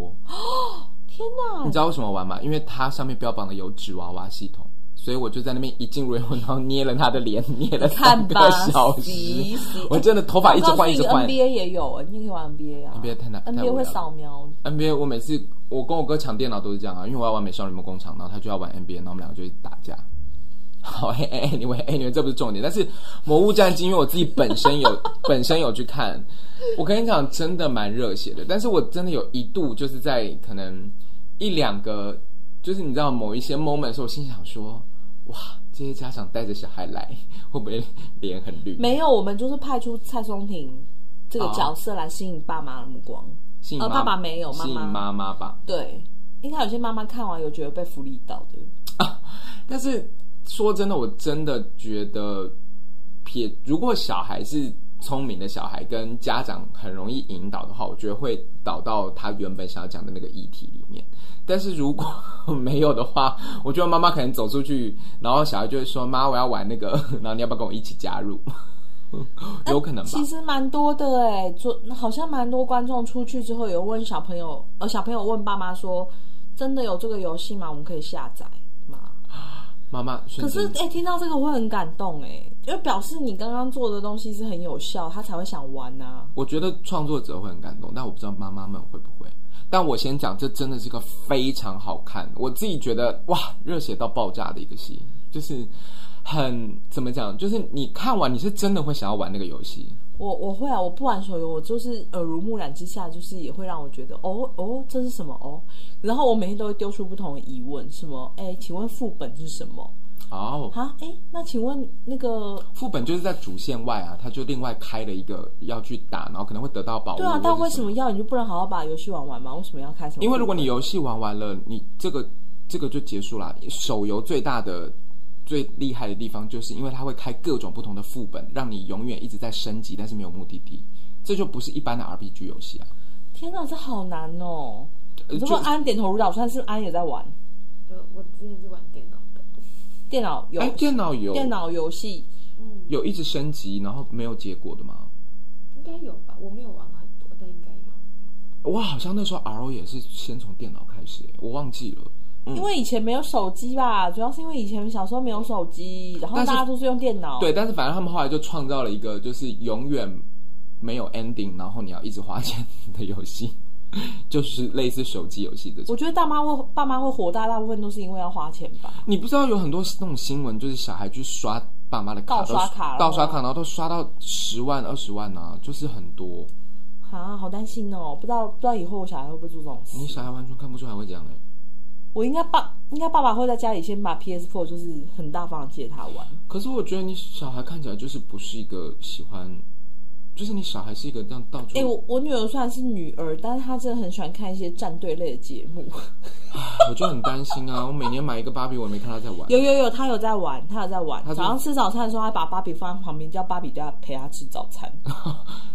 Speaker 2: 天哪
Speaker 1: 你！知道为什么玩吗？因为它上面标榜的有纸娃娃系统，所以我就在那边一进入，然后捏了他的脸，捏了
Speaker 2: 看
Speaker 1: 三
Speaker 2: 吧
Speaker 1: 个小，时，
Speaker 2: 洗洗。
Speaker 1: 我真的头发一直换一直换。
Speaker 2: n b a 也有，你也可以玩 NBA 啊
Speaker 1: NBA 太难太无
Speaker 2: NBA
Speaker 1: 聊
Speaker 2: 会
Speaker 1: 了
Speaker 2: 扫描，
Speaker 1: NBA，我每次我跟我哥抢电脑都是这样啊，因为我要玩美少女梦工厂，然后他就要玩 NBA，然后我们两个就一直打架。 [laughs] 好，哎哎哎，你喂，哎你们这不是重点，但是《魔物战记》，因为我自己本身有 [laughs] 本身有去看，我跟你讲，真的蛮热血的。但是我真的有一度就是在可能一两个，就是你知道某一些 moment 的时候，我心想说，哇，这些家长带着小孩来，会不会脸很绿？
Speaker 2: 没有，我们就是派出蔡松婷这个
Speaker 1: 哦
Speaker 2: 角色来吸引爸妈的目光。
Speaker 1: 吸引
Speaker 2: 呃
Speaker 1: 妈
Speaker 2: 爸爸没有妈妈
Speaker 1: 吸引妈妈吧？
Speaker 2: 对，应该有些妈妈看完有觉得被福利到的。
Speaker 1: 但是说真的，我真的觉得撇，如果小孩是聪明的小孩，跟家长很容易引导的话，我觉得会导到他原本想要讲的那个议题里面。但是如果没有的话，我觉得妈妈可能走出去，然后小孩就会说：“妈，我要玩那个， [laughs] 然后你要不要跟我一起加入？” [laughs] 有可能吧
Speaker 2: 呃其。实蛮多的哎、昨好像蛮多观众出去之后有问小朋友，呃，小朋友问爸妈说：“真的有这个游戏吗？我们可以下载吗
Speaker 1: 妈妈，？”
Speaker 2: 可
Speaker 1: 瞬
Speaker 2: 是
Speaker 1: 间
Speaker 2: 哎、听到这个我会很感动哎、因为表示你刚刚做的东西是很有效，他才会想玩啊呐、
Speaker 1: 我觉得创作者会很感动，但我不知道妈妈们会不会。但我先讲，这真的是个非常好看，我自己觉得哇，热血到爆炸的一个戏，就是很怎么讲，就是你看完你是真的会想要玩那个游戏。
Speaker 2: 我我会啊，我不玩手游，我就是耳濡目染之下，就是也会让我觉得哦哦，这是什么哦？然后我每天都会丢出不同的疑问，什么哎，请问副本是什么？
Speaker 1: 哦，
Speaker 2: 啊哎，那请问那个
Speaker 1: 副本就是在主线外啊，他就另外开了一个要去打，然后可能会得到宝物。
Speaker 2: 对啊，但
Speaker 1: 或
Speaker 2: 为
Speaker 1: 者
Speaker 2: 什么要你就不能好好把游戏玩完吗？为什么要开什么？
Speaker 1: 因为如果你游戏玩完了，你这个这个就结束啦。手游最大的、最厉害的地方，就是因为它会开各种不同的副本，让你永远一直在升级，但是没有目的地。这就不是一般的 RPG 游戏啊。
Speaker 2: 天哪，这好难哦！
Speaker 1: 呃
Speaker 2: 你这
Speaker 1: 就
Speaker 2: 么安点头如捣蒜，是不是安也在玩
Speaker 3: 有我之前是玩电脑的，
Speaker 2: 电脑游、
Speaker 1: 哎，电脑有
Speaker 2: 电脑游戏？
Speaker 3: 嗯，
Speaker 1: 有一直升级，然后没有结果的吗？
Speaker 3: 应该有吧？我没有玩很多，但应该有。
Speaker 1: 我好像那时候 RO 也是先从电脑开始、欸我忘记了。
Speaker 2: 哦
Speaker 1: 嗯
Speaker 2: 因为以前没有手机吧，主要是因为以前小时候没有手机，然后
Speaker 1: 但
Speaker 2: 大
Speaker 1: 是
Speaker 2: 家都是用电脑。
Speaker 1: 对，但是反正他们后来就创造了一个就是永远没有 ending，然后你要一直花钱的游戏， [laughs] 就是类似手机游戏这种。
Speaker 2: 我觉得大妈会爸妈会火大，大部分都是因为要花钱吧。
Speaker 1: 你不知道有很多那种新闻，就是小孩去刷爸妈的卡，
Speaker 2: 盗刷卡
Speaker 1: 都盗刷
Speaker 2: 然后
Speaker 1: 卡，然后都刷到十万、二十万啊，就是很多。
Speaker 2: 啊，好担心哦，不知道不知道以后我小孩会不会做这种
Speaker 1: 你
Speaker 2: 事。
Speaker 1: 小孩完全看不出来会这样哎、
Speaker 2: 我应该爸应该爸爸会在家里先把 PS4 就是很大方的借他玩。
Speaker 1: 可是我觉得你小孩看起来就是不是一个喜欢就是你小孩是一个这样到处，
Speaker 2: 哎、我我女儿虽然是女儿，但是她真的很喜欢看一些战队类的节
Speaker 1: [laughs]
Speaker 2: 目。
Speaker 1: 我就很担心啊。我每年买一个芭比，我也没看她在玩。
Speaker 2: 有有有，她有在玩，她有在玩。
Speaker 1: 她是
Speaker 2: 早上吃早餐的时候，她把芭比放在旁边，叫芭比家陪她吃早
Speaker 1: [laughs]
Speaker 2: 餐。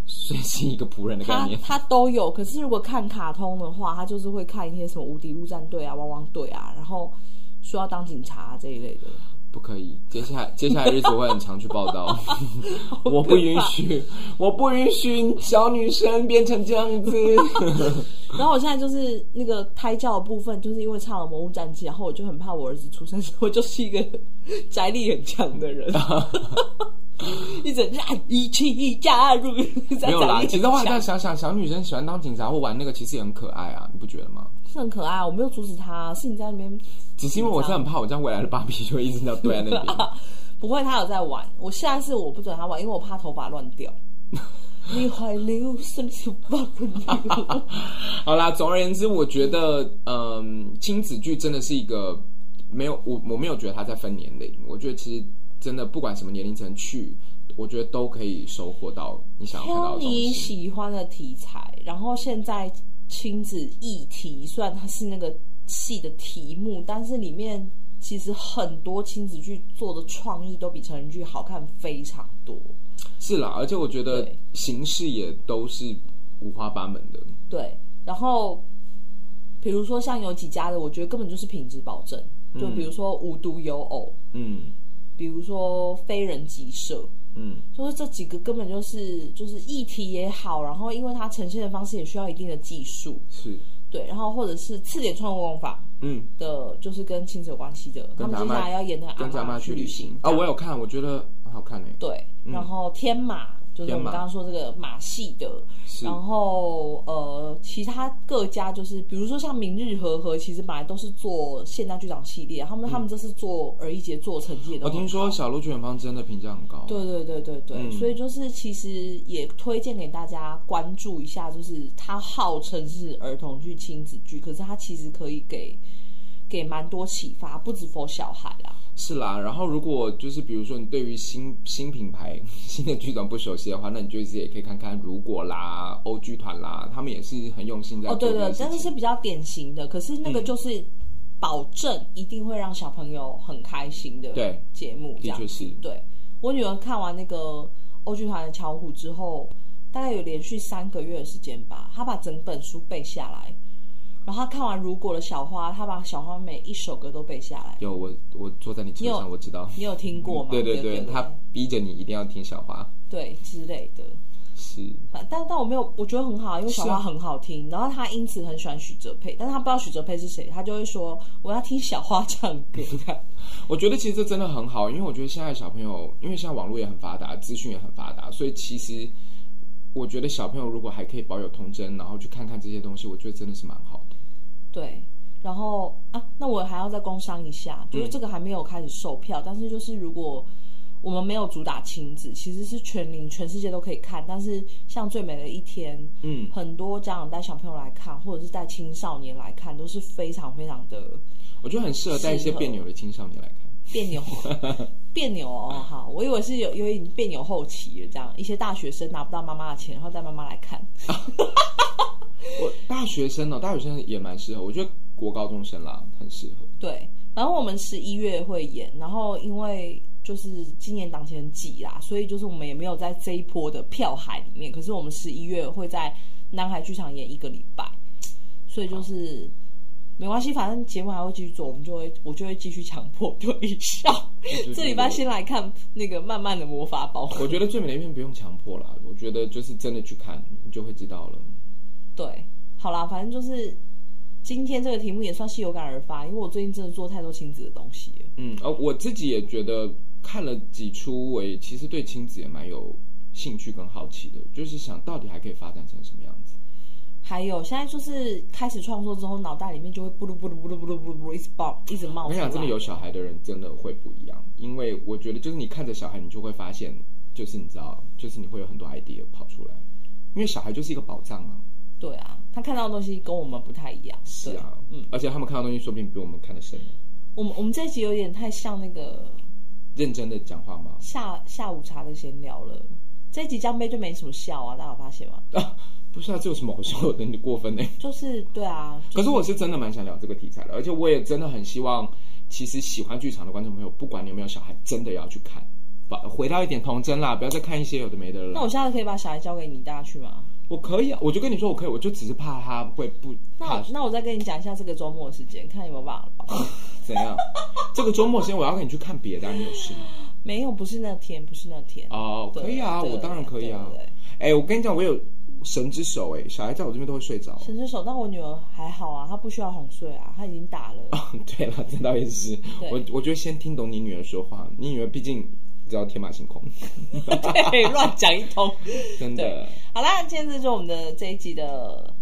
Speaker 1: 所以是一个仆人的概
Speaker 2: 她
Speaker 1: 念。
Speaker 2: 她都有，可是如果看卡通的话，她就是会看一些什么无敌陆战队啊、汪汪队啊，然后说要当警察、啊这一类的。
Speaker 1: 不可以，接下来接下来日子我会很常去报
Speaker 2: [laughs]
Speaker 1: 道，我不允许，我不允许小女生变成这样子。
Speaker 2: 然后我现在就是那个胎教的部分，就是因为唱了《魔物战记》，然后我就很怕我儿子出生之后 [laughs] 就是一个宅力很强
Speaker 1: [laughs]
Speaker 2: 的人，一整天啊一起加入， [laughs] 在
Speaker 1: 没有
Speaker 2: 宅
Speaker 1: 啦，
Speaker 2: 力
Speaker 1: 其
Speaker 2: 很
Speaker 1: 实后来再想
Speaker 2: 强，
Speaker 1: 想，小女生喜欢当警察或玩那个，其实也很可爱啊，你不觉得吗？
Speaker 2: 是很可爱。我没有阻止他，是你在那边
Speaker 1: 只是因为我是很怕我这样未来的芭比就会一直要堆在那边。
Speaker 2: 不会，他有在玩。我下一次我不准他玩，因为我怕头发乱
Speaker 1: [laughs]
Speaker 2: 掉。你还留什么不
Speaker 1: 好啦，总而言之，我觉得，嗯，亲子剧真的是一个没有我我没有觉得它在分年龄，我觉得其实真的不管什么年龄层去，我觉得都可以收获到你想要看到
Speaker 2: 挑
Speaker 1: 的东
Speaker 2: 你
Speaker 1: 西。
Speaker 2: 喜欢的题材，然后现在亲子议题虽然它是那个戏的题目，但是里面其实很多亲子剧做的创意都比成人剧好看非常多。
Speaker 1: 是啦，而且我觉得
Speaker 2: 对
Speaker 1: 形式也都是五花八门的。
Speaker 2: 对，然后比如说像有几家的，我觉得根本就是品质保证，就比如说无独有偶，
Speaker 1: 嗯
Speaker 2: 比如说非人即社，
Speaker 1: 嗯，
Speaker 2: 就是这几个根本就是就是议题也好，然后因为它呈现的方式也需要一定的技术，
Speaker 1: 是，
Speaker 2: 对，然后或者是次点创作法
Speaker 1: 嗯，
Speaker 2: 的，就是跟亲子有关系的，他
Speaker 1: 跟
Speaker 2: 们
Speaker 1: 阿
Speaker 2: 接
Speaker 1: 嬷
Speaker 2: 下来要演的
Speaker 1: 跟着
Speaker 2: 阿
Speaker 1: 阿
Speaker 2: 妈
Speaker 1: 妈去
Speaker 2: 旅
Speaker 1: 旅行啊、
Speaker 2: 这样
Speaker 1: 我有看，我觉得很好看诶、欸
Speaker 2: 对，然后天马就是我
Speaker 1: 天
Speaker 2: 们
Speaker 1: 马
Speaker 2: 刚刚说这个马戏的，
Speaker 1: 是
Speaker 2: 然后呃，其他各家就是比如说像明日和和，其实本来都是做现代剧场系列，他们、他们这是做儿艺节做成绩也
Speaker 1: 嗯
Speaker 2: 都
Speaker 1: 我
Speaker 2: 很
Speaker 1: 听说小鹿剧远方真的评价很高。，
Speaker 2: 对对对对对，
Speaker 1: 嗯
Speaker 2: 所以就是其实也推荐给大家关注一下，就是它号称是儿童剧、亲子剧，可是它其实可以给给蛮多启发，不止否小孩啦。
Speaker 1: 是啦。然后如果就是比如说你对于新新品牌、 [laughs] 新的剧种不熟悉的话，那你就自己也可以看看如果啦、欧剧团啦，他们也是很用心在
Speaker 2: 哦，
Speaker 1: 做这
Speaker 2: 对对
Speaker 1: 件，事
Speaker 2: 但是
Speaker 1: 情。
Speaker 2: 是比较典型的，可是那个
Speaker 1: 嗯
Speaker 2: 就是保证一定会让小朋友很开心的
Speaker 1: 对
Speaker 2: 节目，这
Speaker 1: 的
Speaker 2: 样
Speaker 1: 确是，
Speaker 2: 对我女儿看完那个欧剧团的巧虎之后，大概有连续三个月的时间吧，她把整本书背下来。然后她看完《如果的小花》，她把小花每一首歌都背下来。
Speaker 1: 有我我坐在你车
Speaker 2: 你有
Speaker 1: 上，我知
Speaker 2: [laughs]
Speaker 1: 道。
Speaker 2: 你有听过吗？
Speaker 1: 嗯对
Speaker 2: 对
Speaker 1: 对，他逼着你一定要听小花，
Speaker 2: 对之类的。
Speaker 1: 是
Speaker 2: 反但但我没有，我觉得很好，因为小
Speaker 1: 啊
Speaker 2: 花很好听。然后她因此很喜欢许哲佩，但她不知道许哲佩是谁，她就会说我要听小花唱歌。
Speaker 1: 我觉得其实这真的很好，因为我觉得现在小朋友，因为现在网络也很发达，资讯也很发达，所以其实我觉得小朋友如果还可以保有童真，然后去看看这些东西，我觉得真的是蛮好的。
Speaker 2: 对，然后啊，那我还要再工商一下，就是这个还没有开始售票，但是就是如果我们没有主打亲子，其实是全龄全世界都可以看，但是像最美的一天，
Speaker 1: 嗯，
Speaker 2: 很多家长带小朋友来看，或者是带青少年来看，都是非常非常的
Speaker 1: 我觉得很适合带一些别扭的青少年来看。
Speaker 2: 别扭，别扭哦，好，我以为是有有点别扭后期了，这样一些大学生拿不到妈妈的钱，然后带妈妈来看，
Speaker 1: 我大学生哦，大学生也蛮适合，我觉得国高中生啦很适合。
Speaker 2: 对，然后我们十一月会演，然后因为就是今年档期很挤啦，所以就是我们也没有在这一波的票海里面。可是我们十一月会在南海剧场演一个礼拜，所以就是没关系，反正节目还会继续做，我们就会我就会继续强迫推销。
Speaker 1: 对
Speaker 2: 这礼拜先来看那个慢慢的魔法包，
Speaker 1: 我觉得最美的一面不用强迫啦，我觉得就是真的去看，你就会知道了。
Speaker 2: 对，好啦，反正就是今天这个题目也算是有感而发，因为我最近真的做太多亲子的东西了。
Speaker 1: 嗯，呃，我自己也觉得看了几出，我也其实对亲子也蛮有兴趣跟好奇的，就是想到底还可以发展成什么样子。
Speaker 2: 还有现在就是开始创作之后，脑袋里面就会布噜布噜布噜布噜布噜布噜一直爆，一直冒
Speaker 1: 我跟
Speaker 2: 出
Speaker 1: 你
Speaker 2: 来。
Speaker 1: 讲，真的有小孩的人真的会不一样，因为我觉得就是你看着小孩，你就会发现，就是你知道，就是你会有很多 idea 跑出来，因为小孩就是一个宝藏啊。
Speaker 2: 对啊，他看到的东西跟我们不太一样。
Speaker 1: 是啊，嗯，而且他们看到的东西说不定比我们看的深。
Speaker 2: 我们我们这一集有点太像那个
Speaker 1: 认真的讲话吗？
Speaker 2: 下下午茶的闲聊了。这一集江杯就没什么笑啊，大家有发现吗？
Speaker 1: 啊，不是啊，这有什么好笑的？你过分呢、
Speaker 2: 就是对啊，就
Speaker 1: 可是我是真的蛮想聊这个题材的，而且我也真的很希望，其实喜欢剧场的观众朋友，不管你有没有小孩，真的要去看，把回到一点童真啦，不要再看一些有的没的
Speaker 2: 那
Speaker 1: 了
Speaker 2: 我。下次可以把小孩交给你，大家去吗？
Speaker 1: 我可以啊，我就跟你说我可以，我就只是怕他会不
Speaker 2: 那
Speaker 1: 怕
Speaker 2: 我那我再跟你讲一下这个周末的时间，看有没有办法报。
Speaker 1: 怎
Speaker 2: [laughs]
Speaker 1: 样。这个周末时间我要跟你去看别的、啊，你有事吗？
Speaker 2: 没有，不是那天，不是那天。
Speaker 1: 哦，
Speaker 2: 对
Speaker 1: 可以啊，
Speaker 2: 对
Speaker 1: 我当然可以啊
Speaker 2: 对对。
Speaker 1: 哎、我跟你讲，我有神之手哎、小孩在我这边都会睡着。 [laughs]
Speaker 2: 神之手，但我女儿还好啊，她不需要哄睡啊，她已经打了。
Speaker 1: 对了，这倒也是。
Speaker 2: 对
Speaker 1: 我我觉得先听懂你女儿说话，你女儿毕竟你知道天马行空，
Speaker 2: 对， [laughs] 乱讲一通。
Speaker 1: 真的
Speaker 2: 对。好啦，今天这就是我们的这一集的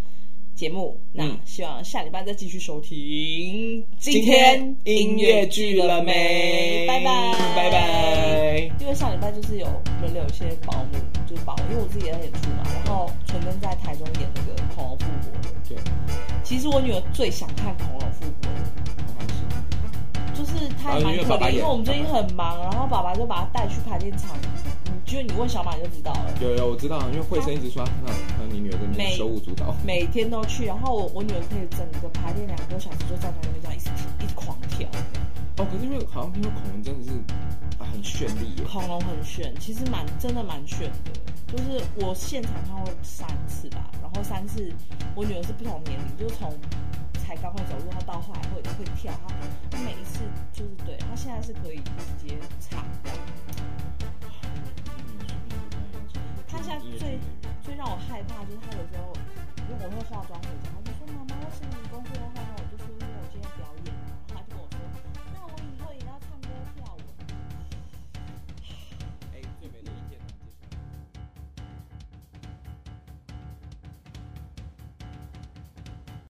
Speaker 2: 节目，那
Speaker 1: 嗯
Speaker 2: 希望下礼拜再继续收听。
Speaker 1: 今天音乐剧了没？
Speaker 2: 拜拜，
Speaker 1: 拜。拜。
Speaker 2: 因为上礼拜就是有轮流有一些保姆，就是保，因为我自己也在演出嘛，然后纯真在台中演那个恐龙复活的。
Speaker 1: 对，
Speaker 2: 其实我女儿最想看恐龙复活的，
Speaker 1: 我还是
Speaker 2: 就是她也蛮可怜，因为我们最近很忙，然后爸爸就把她带去排练场，你就你问小马就知道了。
Speaker 1: 有有我知道，因为慧生一直说他看到看到你女儿在那边
Speaker 2: 没
Speaker 1: 手舞足蹈。
Speaker 2: 每天都去，然后我我女儿可以整个排练两个多小时，就站在那边这样一直一直狂跳。
Speaker 1: 哦，可是因为好像听说恐龙真的是啊很绚丽耶。
Speaker 2: 恐龙很炫，其实蛮真的蛮炫的，就是我现场看过三次吧，然后三次我女儿是不同年龄，就是从才刚会走路，她到后来会会跳，她她每一次就是对，她现在是可以直接唱的。她现在最最让我害怕就是她有时候如果会化妆回家，她就说妈妈为什么你工作